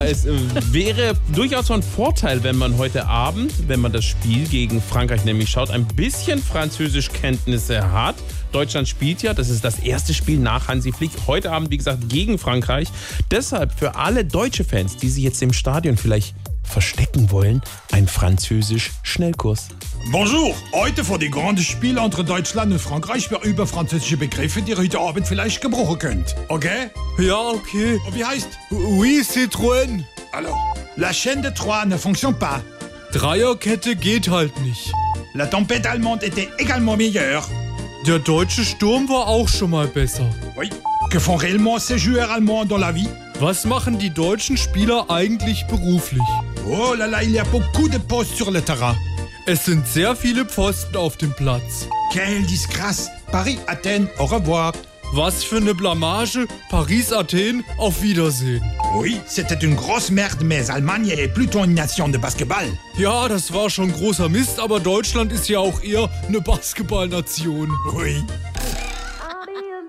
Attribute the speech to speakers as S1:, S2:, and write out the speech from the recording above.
S1: es äh, wäre durchaus von Vorteil, wenn man heute Abend, wenn man das Spiel gegen Frankreich nämlich schaut, ein bisschen Französischkenntnisse hat. Deutschland spielt ja, das ist das erste Spiel nach Hansi Flick, heute Abend, wie gesagt, gegen Frankreich. Deshalb für alle deutsche Fans, die sich jetzt im Stadion vielleicht verstecken wollen, ein Französisch-Schnellkurs.
S2: Bonjour! Heute vor die grande Spiel entre Deutschland und Frankreich wir über französische Begriffe, die ihr heute Abend vielleicht gebrauchen könnt. Okay?
S3: Ja, okay.
S2: Und wie heißt?
S3: Oui, Citroën.
S2: Alors, la chaîne de Troyes ne fonctionne pas.
S3: Dreierkette geht halt nicht.
S2: La tempête allemande était également meilleure.
S3: Der deutsche Sturm war auch schon mal besser.
S2: Oui. Que font réellement ces joueurs allemands dans la vie?
S3: Was machen die deutschen Spieler eigentlich beruflich?
S2: Oh là là, il y a beaucoup de postes sur le terrain.
S3: Es sind sehr viele Pfosten auf dem Platz.
S2: Quelle disgrâce! Paris, Athènes, au revoir.
S3: Was für eine Blamage. Paris, Athen, auf Wiedersehen.
S2: Oui, c'était une grosse merde, mais Allemagne est plutôt une nation de basketball.
S3: Ja, das war schon großer Mist, aber Deutschland ist ja auch eher eine Basketballnation.
S2: Oui.